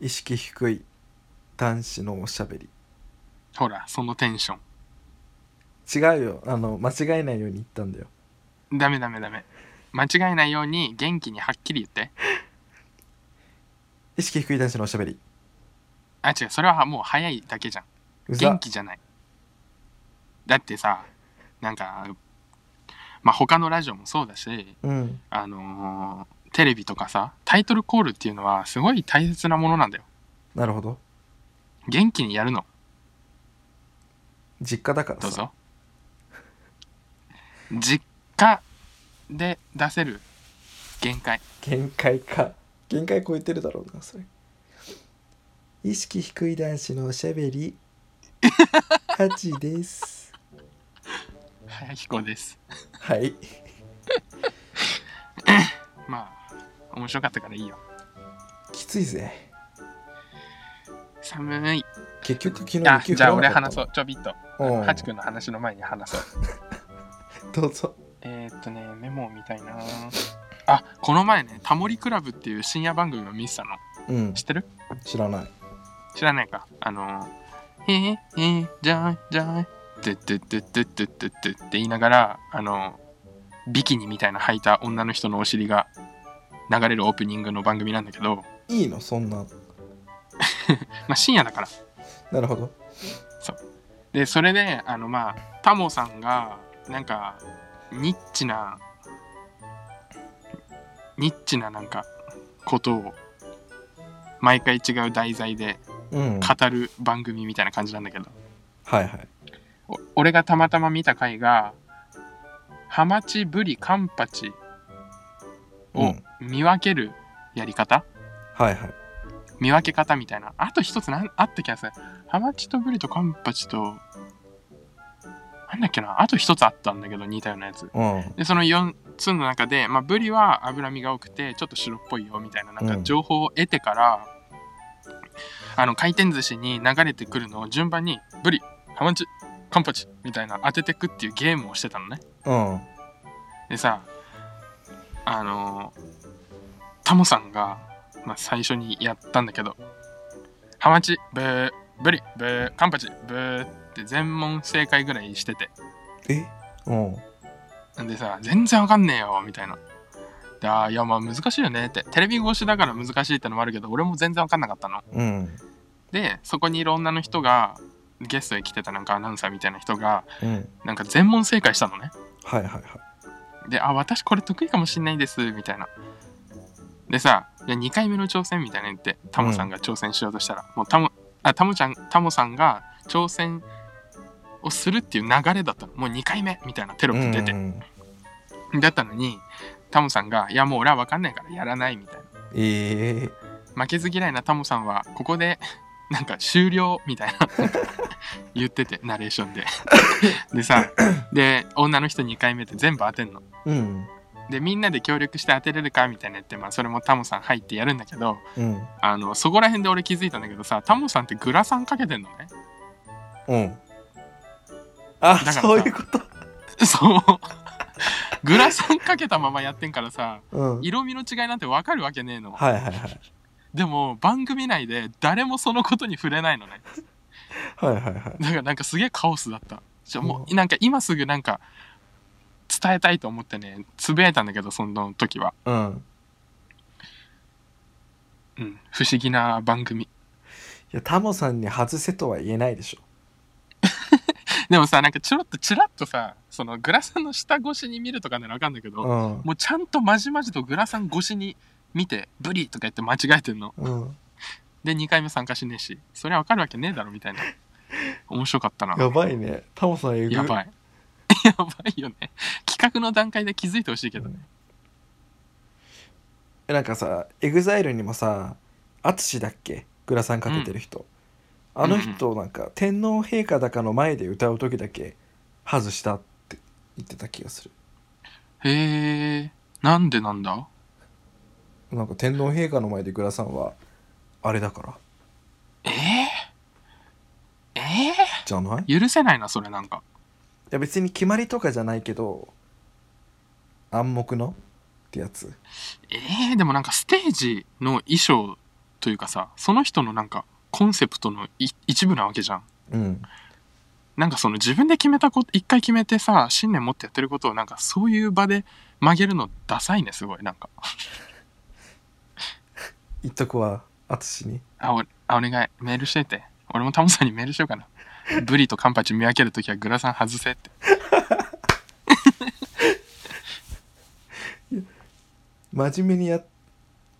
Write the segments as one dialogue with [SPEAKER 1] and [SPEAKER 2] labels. [SPEAKER 1] 意識低い男子のおしゃべり
[SPEAKER 2] ほら、そのテンショ
[SPEAKER 1] 違うよあの間違えないように言ったんだよ
[SPEAKER 2] ン。ダメダメダメ。間違えないように元気にはっきり言って。
[SPEAKER 1] 意識低い男子のおしゃべり
[SPEAKER 2] あ、違う、それはもう早いだけじゃん。
[SPEAKER 1] うざ
[SPEAKER 2] 元気じゃない。だってさ、なんか、まあ、他のラジオもそうだし、
[SPEAKER 1] うん
[SPEAKER 2] あのーテレビとかさ、タイトルコールっていうのはすごい大切なものなんだよ。
[SPEAKER 1] なるほど
[SPEAKER 2] 元気にやるの、
[SPEAKER 1] 実家だから
[SPEAKER 2] どう
[SPEAKER 1] さ
[SPEAKER 2] ぞ。実家で出せる限界。
[SPEAKER 1] 限界か限界超えてるだろうなそれ意識低い男子のおしゃべりハチです
[SPEAKER 2] 早彦です。
[SPEAKER 1] はい
[SPEAKER 2] まあ、面白かったからいいよ。
[SPEAKER 1] きついぜ
[SPEAKER 2] 寒い。
[SPEAKER 1] 結局昨日
[SPEAKER 2] あ、
[SPEAKER 1] 雪
[SPEAKER 2] じゃあ
[SPEAKER 1] 降
[SPEAKER 2] 俺
[SPEAKER 1] らなかっ
[SPEAKER 2] 話
[SPEAKER 1] た
[SPEAKER 2] そう。ちょびっと。
[SPEAKER 1] うん
[SPEAKER 2] ハチ君の話の前に話そう。
[SPEAKER 1] どうぞ
[SPEAKER 2] えーっとね、メモを見たいな。あ、この前ね、タモリクラブっていう深夜番組を見てたの。
[SPEAKER 1] うん
[SPEAKER 2] 知ってる
[SPEAKER 1] 知らない
[SPEAKER 2] 知らないか。あのー、へえへえ、じゃいじゃい、てってってってってってってって言いながら、あのー、ビキニみたいな履いた女の人のお尻が流れるオープニングの番組なんだけど、
[SPEAKER 1] いいのそんな
[SPEAKER 2] まあ深夜だから。
[SPEAKER 1] なるほど
[SPEAKER 2] でそれであのまあタモさんがなんかニッチなニッチななんかことを毎回違う題材で
[SPEAKER 1] うんはい
[SPEAKER 2] 語る番組みたいな感じなんだけど、
[SPEAKER 1] はい
[SPEAKER 2] お俺がたまたま見た回がハマチブリカンパチ
[SPEAKER 1] う
[SPEAKER 2] を
[SPEAKER 1] ん
[SPEAKER 2] 見分けるやり方、
[SPEAKER 1] はいはい
[SPEAKER 2] 見分け方みたいなあと一つなんあった気がするハマチとブリとカンパチとなんだっけなあと一つあったんだけど似たようなやつ
[SPEAKER 1] うん
[SPEAKER 2] でその4つの中で、まあ、ブリは脂身が多くてちょっと白っぽいよみたいななん
[SPEAKER 1] う
[SPEAKER 2] か
[SPEAKER 1] ん
[SPEAKER 2] 情報を得てから、あの回転寿司に流れてくるのを順番にブリハマチカンパチみたいな当ててくっていうゲームをしてたのね
[SPEAKER 1] うん
[SPEAKER 2] でさあのタモさんが、まあ、最初にやったんだけど「ハマチブーブリブーカンパチブー」って全問正解ぐらいしてて
[SPEAKER 1] えうん
[SPEAKER 2] なんでさ全然わかんねえよみたいな。であーいやまあ難しいよねってテレビ越しだから難しいってのもあるけど俺も全然わかんなかったの。
[SPEAKER 1] うん
[SPEAKER 2] でそこにいる女の人がゲストに来てたなんかアナウンサーみたいな人が
[SPEAKER 1] うん
[SPEAKER 2] なんか全問正解したのね。
[SPEAKER 1] はいはいはい
[SPEAKER 2] で、あ、私これ得意かもしんないです、みたいな。でさ、じゃ2回目の挑戦みたいなの言って、タモさんが挑戦しようとしたら、もうタモ、あ、タモちゃん、タモさんが挑戦をするっていう流れだったの。もう2回目みたいなテロップ出て。
[SPEAKER 1] うん
[SPEAKER 2] だったのに、タモさんが、いやもう俺は分かんないからやらないみたい
[SPEAKER 1] ええ
[SPEAKER 2] な。負けず嫌いなタモさんは、ここで、 なんか終了みたいな言ってて、ナレーションで。でさ、で、女の人2回目って全部当てんの。
[SPEAKER 1] うん
[SPEAKER 2] でみんなで協力して当てれるかみたいなやって、まあ、それもタモさん入ってやるんだけど
[SPEAKER 1] うん
[SPEAKER 2] あのそこら辺で俺気づいたんだけどさタモさんってグラサンかけてんのね
[SPEAKER 1] うんあ
[SPEAKER 2] からさ
[SPEAKER 1] そういうこと
[SPEAKER 2] そうグラサンかけたままやってんからさ
[SPEAKER 1] うんはい
[SPEAKER 2] 色味の違いなんてわかるわけねえの
[SPEAKER 1] はいはい
[SPEAKER 2] でも番組内で誰もそのことに触れないのね
[SPEAKER 1] はいはいはい
[SPEAKER 2] だからなんかすげえカオスだったじゃもうなんか今すぐなんか伝えたいと思ってねつぶやいたんだけどその時は
[SPEAKER 1] うん
[SPEAKER 2] うん不思議な番組
[SPEAKER 1] いやタモさんに外せとは言えないでしょ
[SPEAKER 2] でもさなんかちょろっとちらっとさそのグラサンの下越しに見るとかならわかんだけど、
[SPEAKER 1] うん
[SPEAKER 2] もうちゃんとまじまじとグラサン越しに見て「ブリ!」とか言って間違えてんの
[SPEAKER 1] うん
[SPEAKER 2] で2回目参加しねえしそれはわかるわけねえだろみたいな面白かったな
[SPEAKER 1] やばいねタモさんえぐ
[SPEAKER 2] やばい やばいよね企画の段階で気づいてほしいけどね
[SPEAKER 1] えなんかさエグザイルにもさ淳だっけグラサンかけてる人、あの人なんか、天皇陛下だかの前で歌う時だけ外したって言ってた気がする
[SPEAKER 2] へえなんでなんだ
[SPEAKER 1] なんか天皇陛下の前でグラサンはあれだから
[SPEAKER 2] えええ
[SPEAKER 1] じゃないい
[SPEAKER 2] え許せないなそれなんか
[SPEAKER 1] や別に決まりとかじゃないけど暗黙のってやつ
[SPEAKER 2] ええでもなんかステージの衣装というかさその人のなんかコンセプトのい一部なわけじゃん
[SPEAKER 1] うん
[SPEAKER 2] なんかその自分で決めたこと一回決めてさ信念持ってやってることをなんかそういう場で曲げるのダサいねすごいなんか
[SPEAKER 1] 言っとくわ淳に
[SPEAKER 2] あおあお願いメールしといて俺もタモさんにメールしようかなブリとカンパチ見分けるときはグラサン外せって
[SPEAKER 1] 真面目にや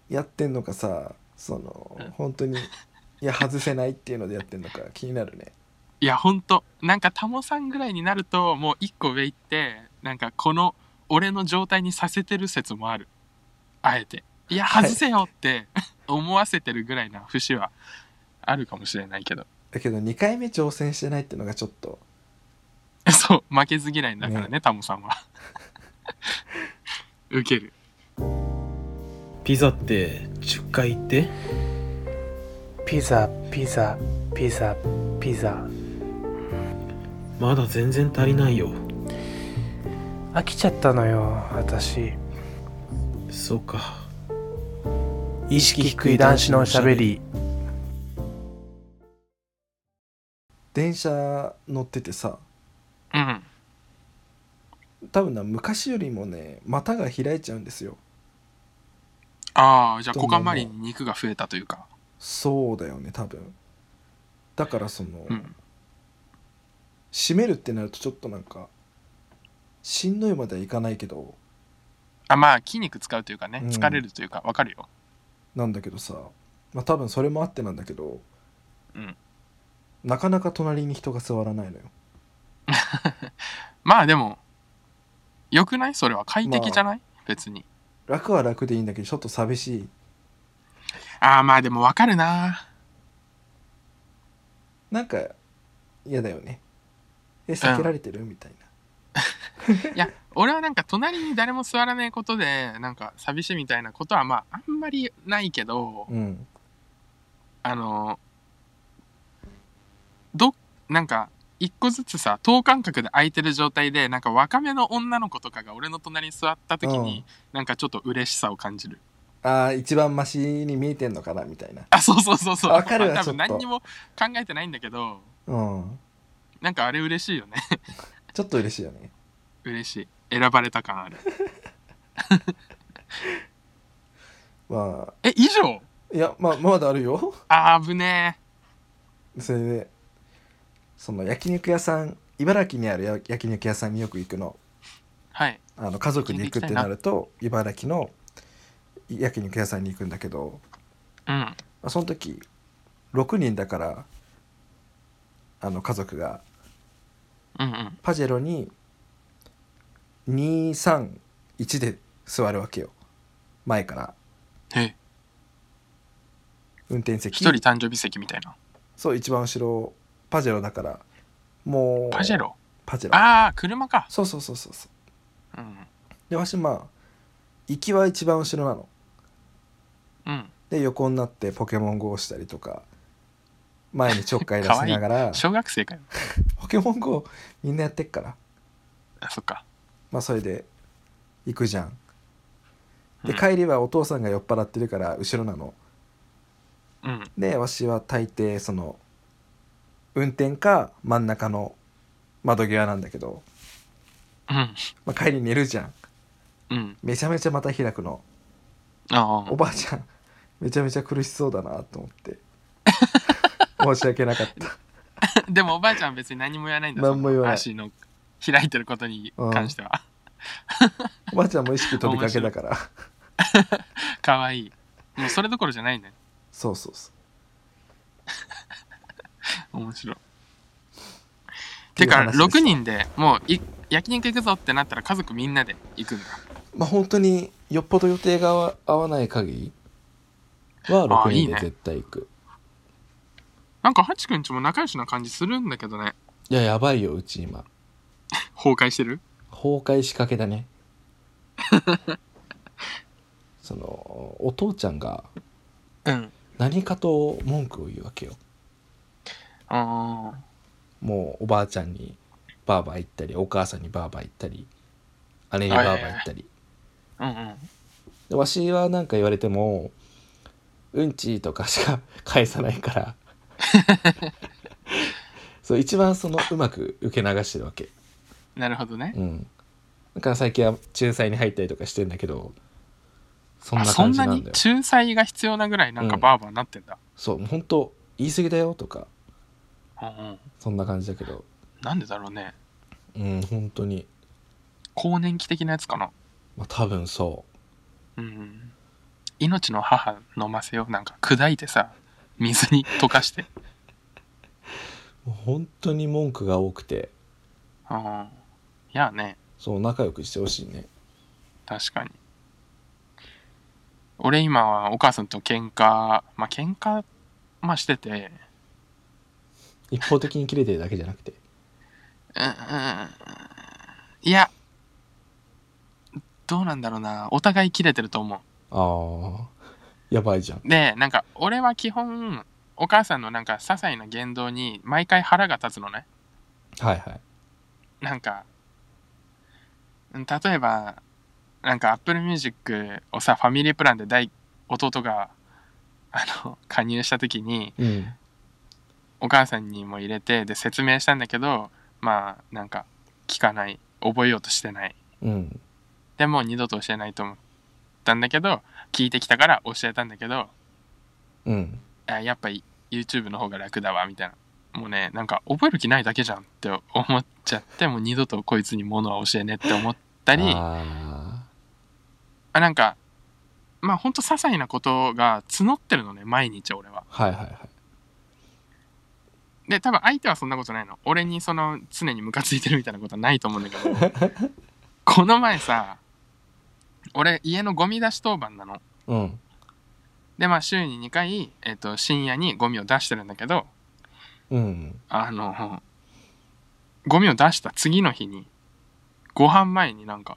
[SPEAKER 1] やってんのかさその、
[SPEAKER 2] うん
[SPEAKER 1] 本当にいや外せないっていうのでやってんのか気になるね
[SPEAKER 2] いやほんとなんかタモさんぐらいになるともう一個上行ってなんかこの俺の状態にさせてる説もあるあえていや
[SPEAKER 1] はい
[SPEAKER 2] 外せよって 思わせてるぐらいな節はあるかもしれないけど
[SPEAKER 1] だけど2回目挑戦してないっていうのがちょっと
[SPEAKER 2] そう負けず嫌いだからねタモさんは ウケる
[SPEAKER 3] ピザって10回言って
[SPEAKER 4] ピザピザピザピザ
[SPEAKER 3] まだ全然足りないよ
[SPEAKER 4] 飽きちゃったのよ私
[SPEAKER 3] そうか
[SPEAKER 4] 意識低い男子のおしゃべり
[SPEAKER 1] 電車乗っててさ
[SPEAKER 2] うん
[SPEAKER 1] 多分な昔よりもね股が開いちゃうんですよ
[SPEAKER 2] ああじゃあ
[SPEAKER 1] ど
[SPEAKER 2] 股
[SPEAKER 1] んどん
[SPEAKER 2] 間周りに肉が増えたというか
[SPEAKER 1] そうだよね多分だからその、
[SPEAKER 2] うん
[SPEAKER 1] 閉めるってなるとちょっとなんかしんどいまではいかないけど
[SPEAKER 2] あまあ筋肉使うというかね
[SPEAKER 1] うん
[SPEAKER 2] 疲れるというかわかるよ
[SPEAKER 1] なんだけどさまあ多分それもあってなんだけど、
[SPEAKER 2] うん
[SPEAKER 1] なかなか隣に人が座らないのよ
[SPEAKER 2] まあでもよくないそれは快適じゃない、別に
[SPEAKER 1] 楽は楽でいいんだけどちょっと寂しい
[SPEAKER 2] ああまあでもわかるな
[SPEAKER 1] なんか嫌だよねえ避けられてる、みたいな
[SPEAKER 2] 俺はなんか隣に誰も座らないことでなんか寂しいみたいなことはまああんまりないけど
[SPEAKER 1] うん
[SPEAKER 2] あのどなんか一個ずつさ等間隔で空いてる状態でなんか若めの女の子とかが俺の隣に座った時に、なんかちょっと嬉しさを感じる
[SPEAKER 1] ああ一番マシに見えてんのかなみたいな
[SPEAKER 2] あそうそうそうそう
[SPEAKER 1] わかるわ
[SPEAKER 2] まあ多
[SPEAKER 1] ちょっ
[SPEAKER 2] 分
[SPEAKER 1] と
[SPEAKER 2] 何にも考えてないんだけど
[SPEAKER 1] うん
[SPEAKER 2] なんかあれ嬉しいよね
[SPEAKER 1] ちょっと嬉しいよね
[SPEAKER 2] 嬉しい選ばれた感ある
[SPEAKER 1] ま
[SPEAKER 2] え以上
[SPEAKER 1] あいやまあまだあるよ
[SPEAKER 2] あー危ね
[SPEAKER 1] それでその焼肉屋さん茨城にあるや焼肉屋さんによく行くの
[SPEAKER 2] えはい
[SPEAKER 1] あの家族で行くってなると茨城の焼肉屋さんに行くんだけど、
[SPEAKER 2] うん
[SPEAKER 1] まあ、その時6人だからあの家族が
[SPEAKER 2] うんうん
[SPEAKER 1] パジェロに231で座るわけよ前から
[SPEAKER 2] え
[SPEAKER 1] 運転席
[SPEAKER 2] 一人誕生日席みたいな
[SPEAKER 1] そう一番後ろパジェロだからもう
[SPEAKER 2] パジェロ
[SPEAKER 1] パジェロ
[SPEAKER 2] ああ車か
[SPEAKER 1] そうそうそうそうそう
[SPEAKER 2] うん
[SPEAKER 1] でわしまあ行きは一番後ろなの
[SPEAKER 2] うん
[SPEAKER 1] で横になってポケモン GO したりとか前にちょっ かい出しながら
[SPEAKER 2] 小学生かよ
[SPEAKER 1] ポケモン GO みんなやってっから
[SPEAKER 2] あそっか
[SPEAKER 1] まあそれで行くじゃん
[SPEAKER 2] う
[SPEAKER 1] で
[SPEAKER 2] ん
[SPEAKER 1] 帰りはお父さんが酔っ払ってるから後ろなの
[SPEAKER 2] うん
[SPEAKER 1] でわしは大抵その運転か真ん中の窓際なんだけど、
[SPEAKER 2] うん
[SPEAKER 1] まあ、帰り寝るじゃん
[SPEAKER 2] うん
[SPEAKER 1] めちゃめちゃまた開くの
[SPEAKER 2] あ
[SPEAKER 1] おばあちゃんめちゃめちゃ苦しそうだなと思って 申し訳なかった
[SPEAKER 2] あ でもおばあちゃんは別に何も言わないんだ
[SPEAKER 1] 何も言わない
[SPEAKER 2] その足の開いてることに関しては、
[SPEAKER 1] おばあちゃんも意識飛びかけだから
[SPEAKER 2] かわいいもうそれどころじゃないね
[SPEAKER 1] そうそうそう
[SPEAKER 2] 面白い
[SPEAKER 1] てい
[SPEAKER 2] て
[SPEAKER 1] う
[SPEAKER 2] か
[SPEAKER 1] 話でした
[SPEAKER 2] 6人でもうい焼肉行くぞってなったら家族みんなで行くんだ
[SPEAKER 1] まあ本当によっぽど予定が合わない限りは
[SPEAKER 2] あ
[SPEAKER 1] 6
[SPEAKER 2] ーいい
[SPEAKER 1] 人
[SPEAKER 2] ね
[SPEAKER 1] で絶対行く
[SPEAKER 2] なんかハチくんちも仲良しな感じするんだけどね
[SPEAKER 1] いややばいようち今
[SPEAKER 2] 崩壊してる
[SPEAKER 1] 崩壊しかけだ ねそのお父ちゃんが
[SPEAKER 2] うん
[SPEAKER 1] 何かと文句を言うわけよ
[SPEAKER 2] あ
[SPEAKER 1] もうおばあちゃんにバーバー行ったりお母さんにバーバー行ったり姉にバーバー行ったり
[SPEAKER 2] あうんうん
[SPEAKER 1] でわしはなんか言われてもうんちとかしか 返さないから そう一番そのうまく受け流してるわけ
[SPEAKER 2] なるほどね。
[SPEAKER 1] うんだから最近は仲裁に入ったりとかしてんだけどそんな感じな
[SPEAKER 2] あそ
[SPEAKER 1] ん
[SPEAKER 2] ん
[SPEAKER 1] だ
[SPEAKER 2] なに
[SPEAKER 1] よ
[SPEAKER 2] 仲裁が必要なぐらいなんか
[SPEAKER 1] うん
[SPEAKER 2] バーバーなってんだ。
[SPEAKER 1] そうもうほんと言い過ぎだよとか
[SPEAKER 2] うんうん。
[SPEAKER 1] そんな感じだけど
[SPEAKER 2] なんでだろうね。
[SPEAKER 1] うん本当に
[SPEAKER 2] 更年期的なやつかな。
[SPEAKER 1] まあ多分そ
[SPEAKER 2] うん。命の母飲ませようなんか砕いてさ、水に溶かして。
[SPEAKER 1] うもう本当に文句が多くて
[SPEAKER 2] うん。いやね、
[SPEAKER 1] そう仲良くしてほしいね
[SPEAKER 2] 確かに。俺今はお母さんと喧嘩、まあ喧嘩、まあしてて、
[SPEAKER 1] 一方的に切れてるだけじゃなくて
[SPEAKER 2] うんうんうんいや、どうなんだろうな。お互い切れてると思
[SPEAKER 1] ああやばいじゃん
[SPEAKER 2] う。で、なんか、俺は基本、お母さんのなんか、些細な言動に毎回腹が立つのね。
[SPEAKER 1] はいはい
[SPEAKER 2] なんか、うん例えば、なんか Apple Music をさ、ファミリープランで大弟が、あの、 加入した時に、
[SPEAKER 1] うん
[SPEAKER 2] お母さんにも入れて、で、説明したんだけど、まあ、なんか、聞かない、覚えようとしてない。
[SPEAKER 1] うん
[SPEAKER 2] でもう二度と教えないと思ったんだけど聞いてきたから教えたんだけど
[SPEAKER 1] うん
[SPEAKER 2] あやっぱ YouTube の方が楽だわみたいなもうねなんか覚える気ないだけじゃんって思っちゃってもう二度とこいつに物は教えねえって思ったりあ
[SPEAKER 1] あ
[SPEAKER 2] なんかまあほんと些細なことが募ってるのね毎日俺は
[SPEAKER 1] あはいはいはい
[SPEAKER 2] で多分相手はそんなことないの俺にその常にムカついてるみたいなことはないと思うんだけどこの前さ俺家のゴミ出し当番なの
[SPEAKER 1] うん
[SPEAKER 2] でまあ週に2回、えっと深夜にゴミを出してるんだけど
[SPEAKER 1] うん
[SPEAKER 2] あのゴミを出した次の日にご飯前になんか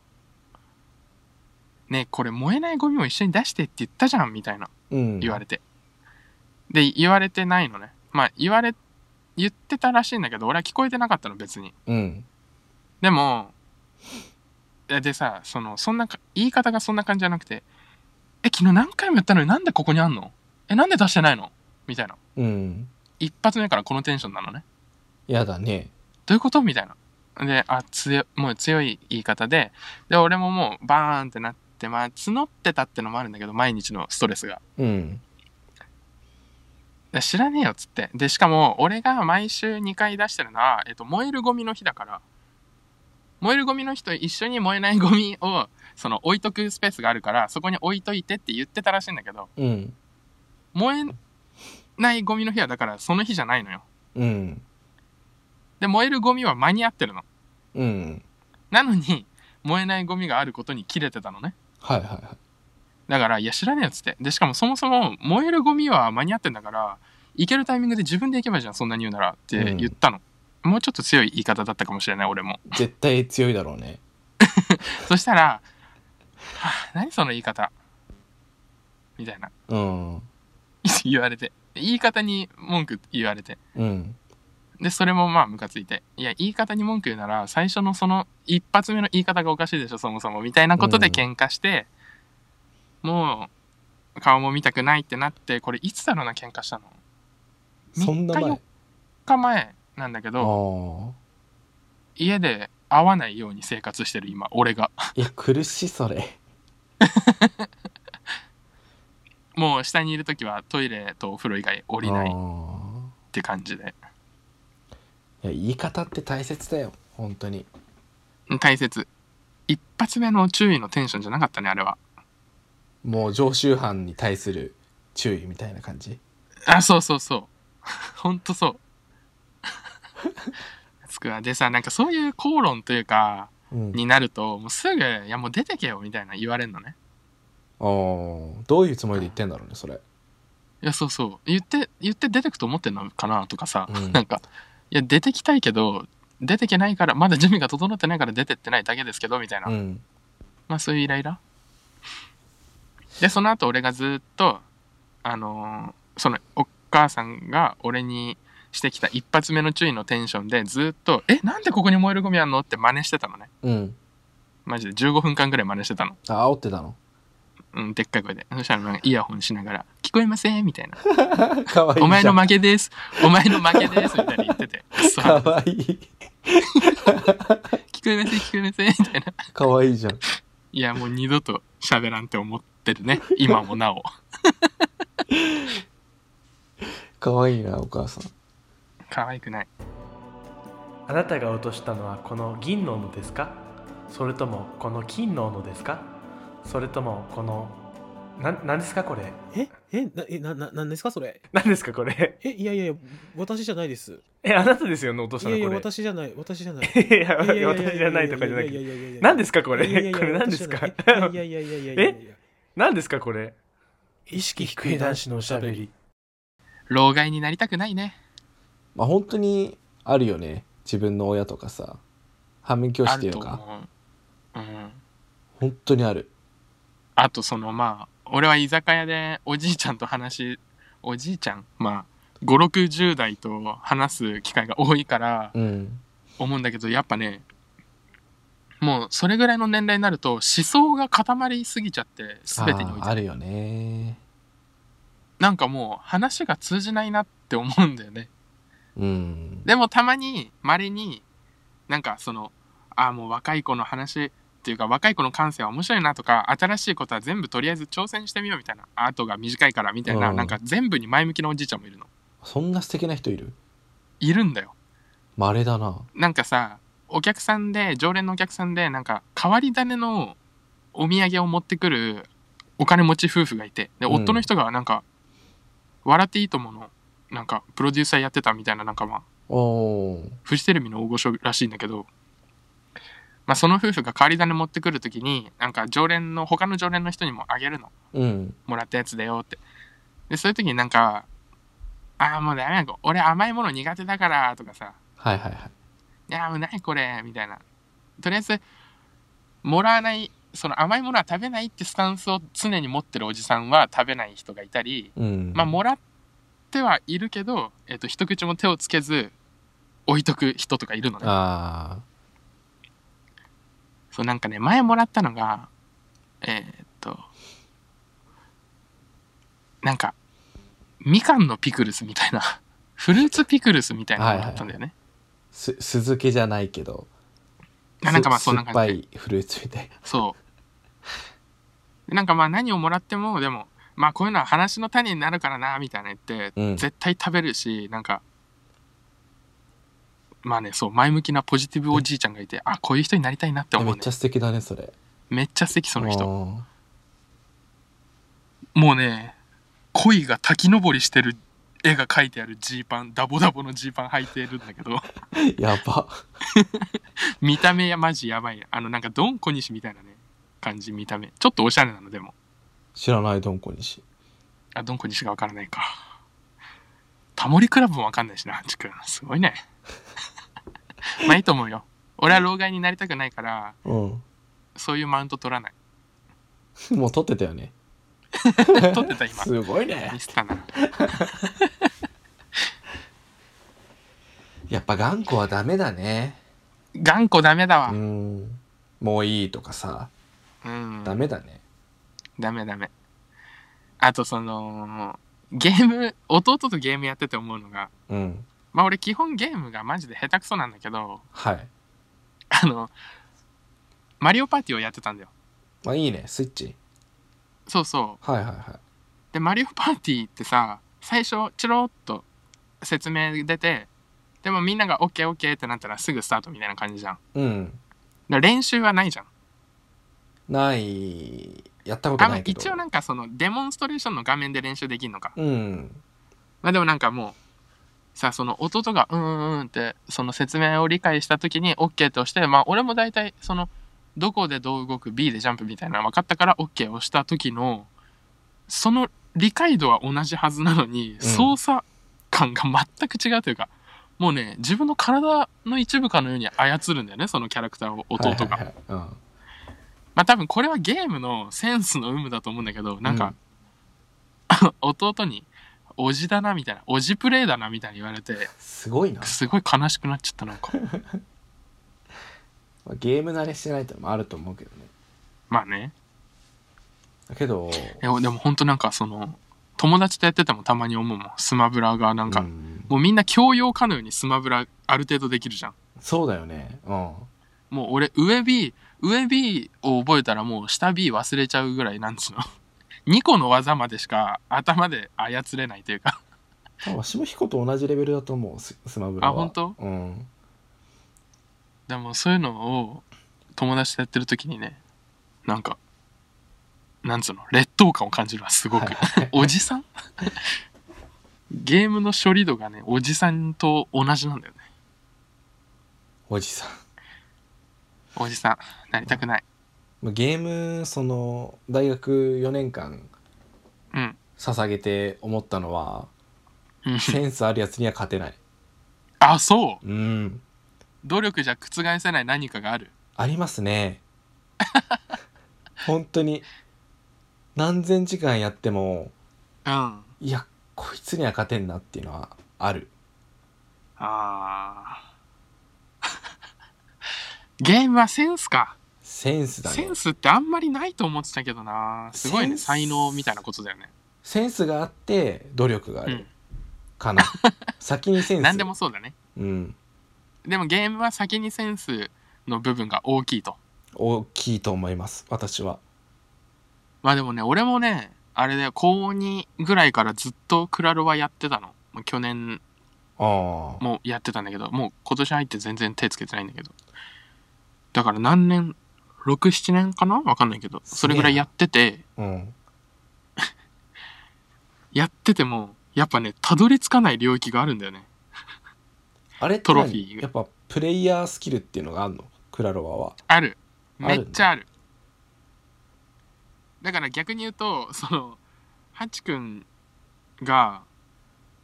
[SPEAKER 2] 「ねえこれ燃えないゴミも一緒に出してって言ったじゃん」みたいな
[SPEAKER 1] うん
[SPEAKER 2] 言われて、で言われてないのねまあ言われ言ってたらしいんだけど俺は聞こえてなかったの別に
[SPEAKER 1] うん
[SPEAKER 2] でもででさそのそんなか言い方がそんな感じじゃなくて「え昨日何回も言ったのになんでここにあんのえなんで出してないの?」みたいな
[SPEAKER 1] うん
[SPEAKER 2] 一発目からこのテンションなのね
[SPEAKER 1] やだね
[SPEAKER 2] どういうことみたいなであ強いもう強い言い方でで俺ももうバーンってなってまあ募ってたってのもあるんだけど毎日のストレスが
[SPEAKER 1] うん
[SPEAKER 2] で知らねえよっつってでしかも俺が毎週2回出してるのは、えっと、燃えるゴミの日だから燃えるゴミの日と一緒に燃えないゴミをその置いとくスペースがあるからそこに置いといてって言ってたらしいんだけど
[SPEAKER 1] うん
[SPEAKER 2] 燃えないゴミの日はだからその日じゃないのよ
[SPEAKER 1] うん
[SPEAKER 2] で燃えるゴミは間に合ってるの
[SPEAKER 1] うん
[SPEAKER 2] なのに燃えないゴミがあることに切れてたのね
[SPEAKER 1] はいはいはい
[SPEAKER 2] だから、いや、知らねえよっつって。で、しかもそもそも燃えるゴミは間に合ってんだから、行けるタイミングで自分で行けばいいじゃん、そんなに言うならって言ったの。もうちょっと強い言い方だったかもしれない、俺も。
[SPEAKER 1] 絶対強いだろうね
[SPEAKER 2] そしたら、はぁ何その言い方みたいな。
[SPEAKER 1] うん
[SPEAKER 2] 言われて。言い方に文句言われて。
[SPEAKER 1] うん
[SPEAKER 2] で、それもまあ、ムカついて。いや、言い方に文句言うなら、最初のその一発目の言い方がおかしいでしょ、そもそも。みたいなことで喧嘩して、もう、顔も見たくないってなって、これいつだろうな、喧嘩したの。
[SPEAKER 1] そんな前
[SPEAKER 2] 3日4日前なんだけ
[SPEAKER 1] あ
[SPEAKER 2] ど、
[SPEAKER 1] あ
[SPEAKER 2] 家で会わないように生活してる、今、俺が。
[SPEAKER 1] いや苦しいそれ
[SPEAKER 2] もう、下にいるときはトイレとお風呂以外降りない
[SPEAKER 1] あ
[SPEAKER 2] っ
[SPEAKER 1] ー
[SPEAKER 2] て感じで。
[SPEAKER 1] いや言い方って大切だよ本当に
[SPEAKER 2] 大切。一発目の注意のテンションじゃなかったね、あれは。
[SPEAKER 1] もう常習犯に対する注意みたいな感じ
[SPEAKER 2] あ、そうそう そう。ほんとそう。 つくわ。でさ、なんかそういう口論というか、
[SPEAKER 1] うん
[SPEAKER 2] になると、もうすぐ、いやもう出てけよみたいな言われんのね。
[SPEAKER 1] あーどういうつもりで言ってんだろうねそれ
[SPEAKER 2] いや、そうそう。言って、言って出てくと思ってんのかなとかさ、
[SPEAKER 1] うん
[SPEAKER 2] なんか、いや、出てきたいけど、出てけないから、まだ準備が整ってないから出てってないだけですけど、みたいな。
[SPEAKER 1] うん
[SPEAKER 2] まあそういうイライラ。で、その後俺がずっと、あのーそのお母さんが俺にしてきた一発目の注意のテンションでずっと、え、なんでここに燃えるゴミあんのって真似してたのね。
[SPEAKER 1] うん
[SPEAKER 2] マジで15分間ぐらい真似してたの。
[SPEAKER 1] あ煽ってたの
[SPEAKER 2] うん、でっかい声で。そしたらなんかイヤホンしながら、聞こえませんみたいな。
[SPEAKER 1] かわいいじゃん
[SPEAKER 2] お前の負けです。お前の負けです。みたいな 言ってて。そう
[SPEAKER 1] かわいい
[SPEAKER 2] 聞こえません、聞こえません。みたいな。
[SPEAKER 1] かわいいじゃん
[SPEAKER 2] いや、もう二度と喋らんって思ってるね。今もなお。
[SPEAKER 1] かわいいなお母さん
[SPEAKER 2] 可愛くない。
[SPEAKER 4] あなたが落としたのはこの銀の斧ですかそれともこの金の斧ですかそれともこのななんですかこれ
[SPEAKER 5] ええな、え、な、な、なんですかそれ。
[SPEAKER 4] なんですかこれ
[SPEAKER 5] え、いやいやいや、私じゃないです。
[SPEAKER 4] えあなたですよね落とし
[SPEAKER 5] い
[SPEAKER 4] た
[SPEAKER 5] や
[SPEAKER 4] の
[SPEAKER 5] いや、
[SPEAKER 4] これ
[SPEAKER 5] 私じゃない、私じゃない。
[SPEAKER 4] いや いや私じゃないとかじゃなくて
[SPEAKER 5] て
[SPEAKER 4] 何ですかこ
[SPEAKER 5] こ
[SPEAKER 4] れこれ何ですか
[SPEAKER 5] いやい やいやいやいやいやいや。
[SPEAKER 4] 何ですかこれ
[SPEAKER 5] 意識
[SPEAKER 4] 低い男子のおしゃべり
[SPEAKER 2] 老害になりたくないね。
[SPEAKER 1] まあ本当にあるよね自分の親とかさ反面教師
[SPEAKER 2] あ
[SPEAKER 1] ってい
[SPEAKER 2] る
[SPEAKER 1] う
[SPEAKER 2] と
[SPEAKER 1] のか
[SPEAKER 2] 思う。うん。
[SPEAKER 1] 本当にある
[SPEAKER 2] あとそのまあ俺は居酒屋でおじいちゃんと話おじいちゃんまあ560代と話す機会が多いから
[SPEAKER 1] うん
[SPEAKER 2] 思うんだけどやっぱねもうそれぐらいの年齢になると思想が固まりすぎちゃって全てにおい
[SPEAKER 1] あーあ
[SPEAKER 2] て
[SPEAKER 1] るよね
[SPEAKER 2] なんかもう話が通じないなって思うんだよね
[SPEAKER 1] うん
[SPEAKER 2] でもたまに稀になんかそのああもう若い子の話っていうか若い子の感性は面白いなとか新しいことは全部とりあえず挑戦してみようみたいなあとが短いからみたいな、
[SPEAKER 1] うん
[SPEAKER 2] なんか全部に前向きなおじいちゃんもいるの
[SPEAKER 1] そんな素敵な人いる
[SPEAKER 2] いるんだよ
[SPEAKER 1] まれだな
[SPEAKER 2] なんかさお客さんで常連のお客さんでなんか変わり種のお土産を持ってくるお金持ち夫婦がいてで
[SPEAKER 1] うん
[SPEAKER 2] 夫の人がなんか「笑っていいとも」のなんかプロデューサーやってたみたいななんかまあ
[SPEAKER 1] おー
[SPEAKER 2] フジテレビの大御所らしいんだけど、まあ、その夫婦が変わり種持ってくる時になんか常連の他の常連の人にもあげるの
[SPEAKER 1] うん
[SPEAKER 2] もらったやつだよってでそういう時になんか「ああもうダメだ俺甘いもの苦手だから」とかさ
[SPEAKER 1] はいはいはい
[SPEAKER 2] 「いやーもうないこれ」みたいなとりあえずもらわないその甘いものは食べないってスタンスを常に持ってるおじさんは食べない人がいたり
[SPEAKER 1] うん
[SPEAKER 2] まあもらってはいるけど、えっと一口も手をつけず置いとく人とかいるのね
[SPEAKER 1] あ
[SPEAKER 2] そうなんかね前もらったのがえーっとなんかみかんのピクルスみたいな フルーツピクルスみたいなのもらったんだよね、
[SPEAKER 1] ーす酢漬けじゃないけど
[SPEAKER 2] あなんかまあ
[SPEAKER 1] す
[SPEAKER 2] そんな感じ
[SPEAKER 1] 酸っぱいフルーツみたいな
[SPEAKER 2] そうでなんかまあ何をもらってもでもまあこういうのは話の種になるからなみたいな言って、
[SPEAKER 1] うん
[SPEAKER 2] 絶対食べるしなんかまあねそう前向きなポジティブおじいちゃんがいてあこういう人になりたいなって
[SPEAKER 1] いやめ
[SPEAKER 2] 思う
[SPEAKER 1] っ
[SPEAKER 2] ね
[SPEAKER 1] ちゃ素敵だねそれ
[SPEAKER 2] めっちゃ素敵その人
[SPEAKER 1] 人
[SPEAKER 2] もうね恋が滝登りしてる絵が描いてあるジーパンダボダボのジーパン履いてるんだけど
[SPEAKER 1] やば
[SPEAKER 2] 見た目やマジやばいあのなんかドン小西みたいなね感じ見た目ちょっとおしゃれなのでも
[SPEAKER 1] 知らないどんこにし
[SPEAKER 2] あドン小西がわからないかタモリクラブもわかんないしなハチ君すごいね まあいいと思うよ俺は老害になりたくないから
[SPEAKER 1] うん
[SPEAKER 2] そういうマウント取らない
[SPEAKER 1] もう撮ってたよね
[SPEAKER 2] 取ってた今
[SPEAKER 1] すごいね
[SPEAKER 2] ミスったな
[SPEAKER 1] やっぱ頑固はダメだね
[SPEAKER 2] 頑固ダメだわ
[SPEAKER 1] う、んもういいとかさ
[SPEAKER 2] うん、
[SPEAKER 1] ダメだね
[SPEAKER 2] ダメダメ。あとその、ゲーム、弟とゲームやってて思うのが、
[SPEAKER 1] うん
[SPEAKER 2] まあ俺基本ゲームがマジで下手くそなんだけど、
[SPEAKER 1] はい
[SPEAKER 2] あの、マリオパーティーをやってたんだよ。
[SPEAKER 1] まあいいねスイッチ
[SPEAKER 2] そうそう。
[SPEAKER 1] はいはいは
[SPEAKER 2] で、マリオパーティーってさ、最初、チロっと説明出て、でもみんなが OKOK ってなったらすぐスタートみたいな感じじゃん。だか
[SPEAKER 1] いうん
[SPEAKER 2] ら練習はないじゃん。
[SPEAKER 1] ないやったこと
[SPEAKER 2] あま
[SPEAKER 1] な
[SPEAKER 2] あ
[SPEAKER 1] いけど
[SPEAKER 2] 一応なんかそのデモンストレーションの画面で練習できるのか。
[SPEAKER 1] うん
[SPEAKER 2] まあでもなんかもうさその弟が「うんうんうん」ってその説明を理解した時に OK って押してまあ俺も大体そのどこでどう動く B でジャンプみたいなの分かったから OK を押した時のその理解度は同じはずなのに、
[SPEAKER 1] ん
[SPEAKER 2] 操作感が全く違うというかもうね自分の体の一部かのように操るんだよねそのキャラクターを弟が。
[SPEAKER 1] はいはいはい
[SPEAKER 2] まあ多分これはゲームのセンスの有無だと思うんだけどなんか、 弟に「おじだな」みたいな「おじプレイだな」みたいに言われて
[SPEAKER 1] うん、すごいな
[SPEAKER 2] すごい悲しくなっちゃったなんか
[SPEAKER 1] まあゲーム慣れしてないってのもあると思うけどね
[SPEAKER 2] まあね
[SPEAKER 1] だけど
[SPEAKER 2] えでも本当なんかその友達とやっててもたまに思うもんスマブラがなんか、
[SPEAKER 1] うん
[SPEAKER 2] もうみんな教養かのようにスマブラある程度できるじゃん
[SPEAKER 1] そうだよねうん
[SPEAKER 2] もう俺上 B 上 B を覚えたらもう下 B 忘れちゃうぐらいなんつうの2 個の技までしか頭で操れないというか
[SPEAKER 1] 多分下彦と同じレベルだと思うススマブラは
[SPEAKER 2] あ本当
[SPEAKER 1] うん
[SPEAKER 2] でもそういうのを友達とやってる時にねなんかなんつうの劣等感を感じるわすごく、
[SPEAKER 1] はい
[SPEAKER 2] おじさんゲームの処理度がねおじさんと同じなんだよね
[SPEAKER 1] おじさん
[SPEAKER 2] おじさんなりたくない
[SPEAKER 1] まあゲームその大学4年間
[SPEAKER 2] うん
[SPEAKER 1] 捧げて思ったのは
[SPEAKER 2] うん
[SPEAKER 1] センスあるやつには勝てない
[SPEAKER 2] あそう
[SPEAKER 1] うん
[SPEAKER 2] 努力じゃ覆せない何かがある
[SPEAKER 1] ありますね 本当に何千時間やっても
[SPEAKER 2] うんあ
[SPEAKER 1] いやこいつには勝てんなっていうのはある
[SPEAKER 2] あー ゲームはセンスか、
[SPEAKER 1] センスだね
[SPEAKER 2] センスってあんまりないと思ってたけどなすごい
[SPEAKER 1] セ
[SPEAKER 2] ね
[SPEAKER 1] ンス
[SPEAKER 2] 才能みたいなことだよね
[SPEAKER 1] センスがあって努力がある、
[SPEAKER 2] うん
[SPEAKER 1] か な先にセンス
[SPEAKER 2] 何でもそうだね
[SPEAKER 1] うん
[SPEAKER 2] でもゲームは先にセンスの部分が大きいと。
[SPEAKER 1] 大きいと思います私は
[SPEAKER 2] まあでもね、俺もね、あれだよ、高2ぐらいからずっとクラロワやってたの。もう去年
[SPEAKER 1] ああ
[SPEAKER 2] もやってたんだけど、もう今年入って全然手つけてないんだけど。だから何年、6、7年かなわかんないけど、それぐらいやってて、
[SPEAKER 1] うん
[SPEAKER 2] やってても、やっぱね、たどり着かない領域があるんだよね。
[SPEAKER 1] あれって
[SPEAKER 2] トロ
[SPEAKER 1] 何
[SPEAKER 2] フィーが
[SPEAKER 1] やっぱプレイヤースキルっていうのがあるのクラロワは
[SPEAKER 2] ある。
[SPEAKER 1] あ
[SPEAKER 2] め
[SPEAKER 1] る
[SPEAKER 2] っちゃある。だから逆に言うと、その、ハチ君が、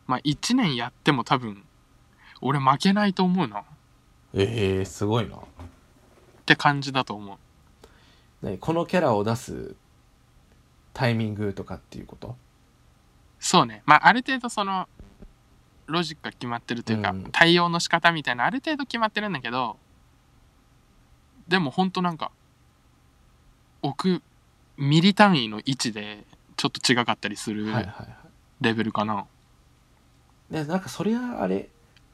[SPEAKER 2] まあ1年やっても多分、俺負けないと思うなっ
[SPEAKER 1] ええー、すごいな
[SPEAKER 2] て感じだと思う。
[SPEAKER 1] 何このキャラを出すタイミングとかっていうこと
[SPEAKER 2] そうね。まあある程度その、ロジックが決まってるというか、
[SPEAKER 1] うん
[SPEAKER 2] 対応の仕方みたいな、ある程度決まってるんだけど、でもほんとなんか、奥、ミリ単位の位置で、ちょっと違かったりする
[SPEAKER 1] はいはいは
[SPEAKER 2] レベルかな。
[SPEAKER 1] いでなんかそりゃあれ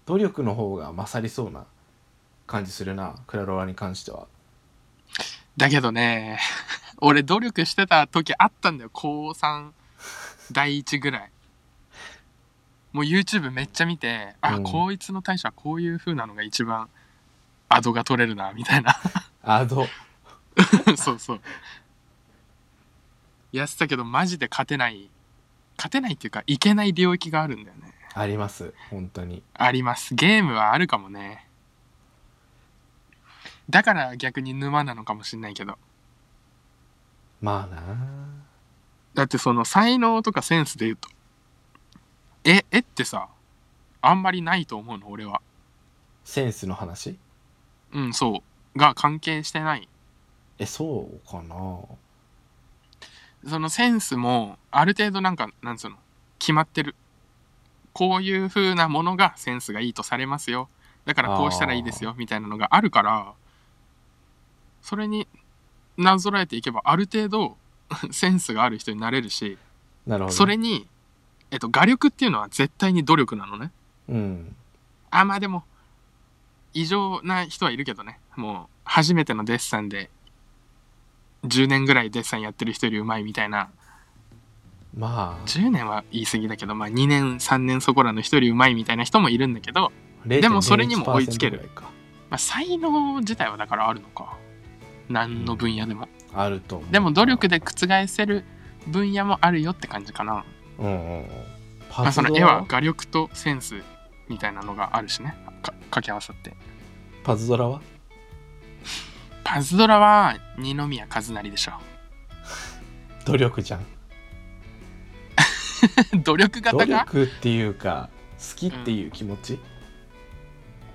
[SPEAKER 1] 努力の方が勝りそうな感じするなクラロワに関しては
[SPEAKER 2] だけどね、 俺努力してた時あったんだよ。高3、第1ぐらい。もう YouTube めっちゃ見て、あ、
[SPEAKER 1] うん
[SPEAKER 2] こいつの対処はこういう風なのが一番アドが取れるな、みたいな。
[SPEAKER 1] アド
[SPEAKER 2] そうそう。やってたけど、マジで勝てない。勝てないっていうか、いけない領域があるんだよね。
[SPEAKER 1] あります本当に
[SPEAKER 2] あります。ゲームはあるかもね。だから逆に沼なのかもしんないけど。
[SPEAKER 1] まあな
[SPEAKER 2] だってその才能とかセンスで言うとえ絵ってさあんまりないと思うの俺は
[SPEAKER 1] センスの話
[SPEAKER 2] うんそうが関係してない
[SPEAKER 1] えそうかな
[SPEAKER 2] そのセンスもある程度なんかなんつうの決まってるこういう風なものがセンスがいいとされますよだからこうしたらいいですよみたいなのがあるからそれになぞらえていけばある程度 センスがある人になれるし
[SPEAKER 1] なるほど
[SPEAKER 2] それに、えっと、画力っていうのは絶対に努力なのね
[SPEAKER 1] うん
[SPEAKER 2] あ、まあでも、異常な人はいるけどね。もう、初めてのデッサンで、10年ぐらいデッサンやってる人よりうまいみたいな、
[SPEAKER 1] まあ
[SPEAKER 2] 10年は言い過ぎだけど、まあ2年、3年そこらの人よりうまいみたいな人もいるんだけど、
[SPEAKER 1] 0.01%
[SPEAKER 2] でもそれにも追いつける
[SPEAKER 1] ぐらいか
[SPEAKER 2] まあ才能自体はだからあるのか。何の分野でも。
[SPEAKER 1] あると思う
[SPEAKER 2] でも努力で覆せる分野もあるよって感じかな。
[SPEAKER 1] うんうんうんパ
[SPEAKER 2] まあ
[SPEAKER 1] ズ
[SPEAKER 2] そ
[SPEAKER 1] ド
[SPEAKER 2] の
[SPEAKER 1] ラ
[SPEAKER 2] 絵は画力とセンスみたいなのがあるしね。か掛け合わさって。
[SPEAKER 1] パズドラは
[SPEAKER 2] パズドラは二宮和也でしょ。
[SPEAKER 1] 努力じゃん
[SPEAKER 2] 努力
[SPEAKER 1] 努
[SPEAKER 2] 型が
[SPEAKER 1] 力っていうか好きっていう気持ち、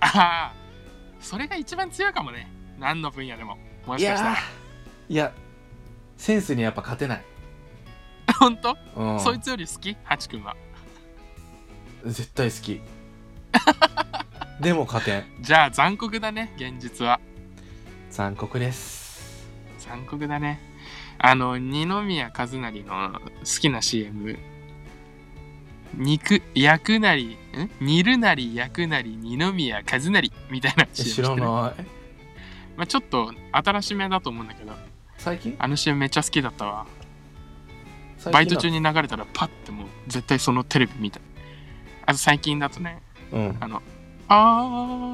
[SPEAKER 2] ああ それが一番強いかもね何の分野でもも
[SPEAKER 1] い
[SPEAKER 2] しかした
[SPEAKER 1] や
[SPEAKER 2] ら
[SPEAKER 1] ーいやセンスにやっぱ勝てない、
[SPEAKER 2] 本当、
[SPEAKER 1] うん、
[SPEAKER 2] そいつより好きハチ君は
[SPEAKER 1] 絶対好 きでも勝てん
[SPEAKER 2] じゃあ残酷だね現実は
[SPEAKER 1] 残酷です
[SPEAKER 2] 残酷だねあの二宮和也の好きな CM 肉焼くなりん煮るなり焼くなり二宮和也みたいな CM し
[SPEAKER 1] 知
[SPEAKER 2] てる
[SPEAKER 1] らない
[SPEAKER 2] まあ、ちょっと新しめだと思うんだけど
[SPEAKER 1] 最近
[SPEAKER 2] あの CM めっちゃ好きだったわ
[SPEAKER 1] 最近
[SPEAKER 2] バイト中に流れたらパッてもう絶対そのテレビ見たいあと最近だとね
[SPEAKER 1] うん
[SPEAKER 2] あの「あ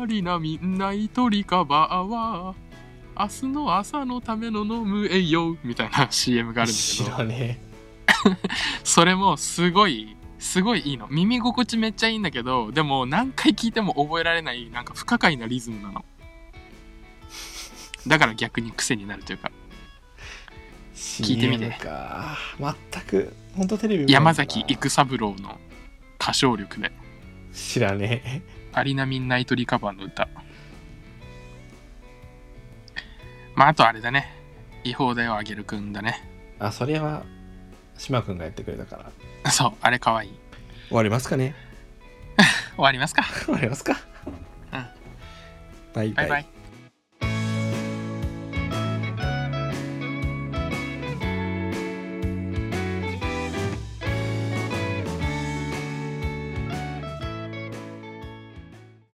[SPEAKER 2] ーりなみんないとりかばあは明日の朝のための飲む栄養」みたいな CM があるんだけ
[SPEAKER 1] 知
[SPEAKER 2] ど
[SPEAKER 1] らね
[SPEAKER 2] それもすごいすごいいいの耳心地めっちゃいいんだけどでも何回聞いても覚えられないなんか不可解なリズムなのだから逆に癖になるというか
[SPEAKER 1] え
[SPEAKER 2] 聞いてみて
[SPEAKER 1] CM か全く本当テレビ見ないんだな
[SPEAKER 2] 山崎育三郎の歌唱力で
[SPEAKER 1] 知らねえ
[SPEAKER 2] アリナミンナイトリカバーの歌まああとあれだね違法だよあげるくんだね
[SPEAKER 1] あそれは島君がやってくれたから
[SPEAKER 2] そうあれかわいい
[SPEAKER 1] 終わりますかね
[SPEAKER 2] 終わりますか
[SPEAKER 1] 終わりますか、
[SPEAKER 2] うん
[SPEAKER 1] バイバ
[SPEAKER 2] バ
[SPEAKER 1] イ
[SPEAKER 2] イバイ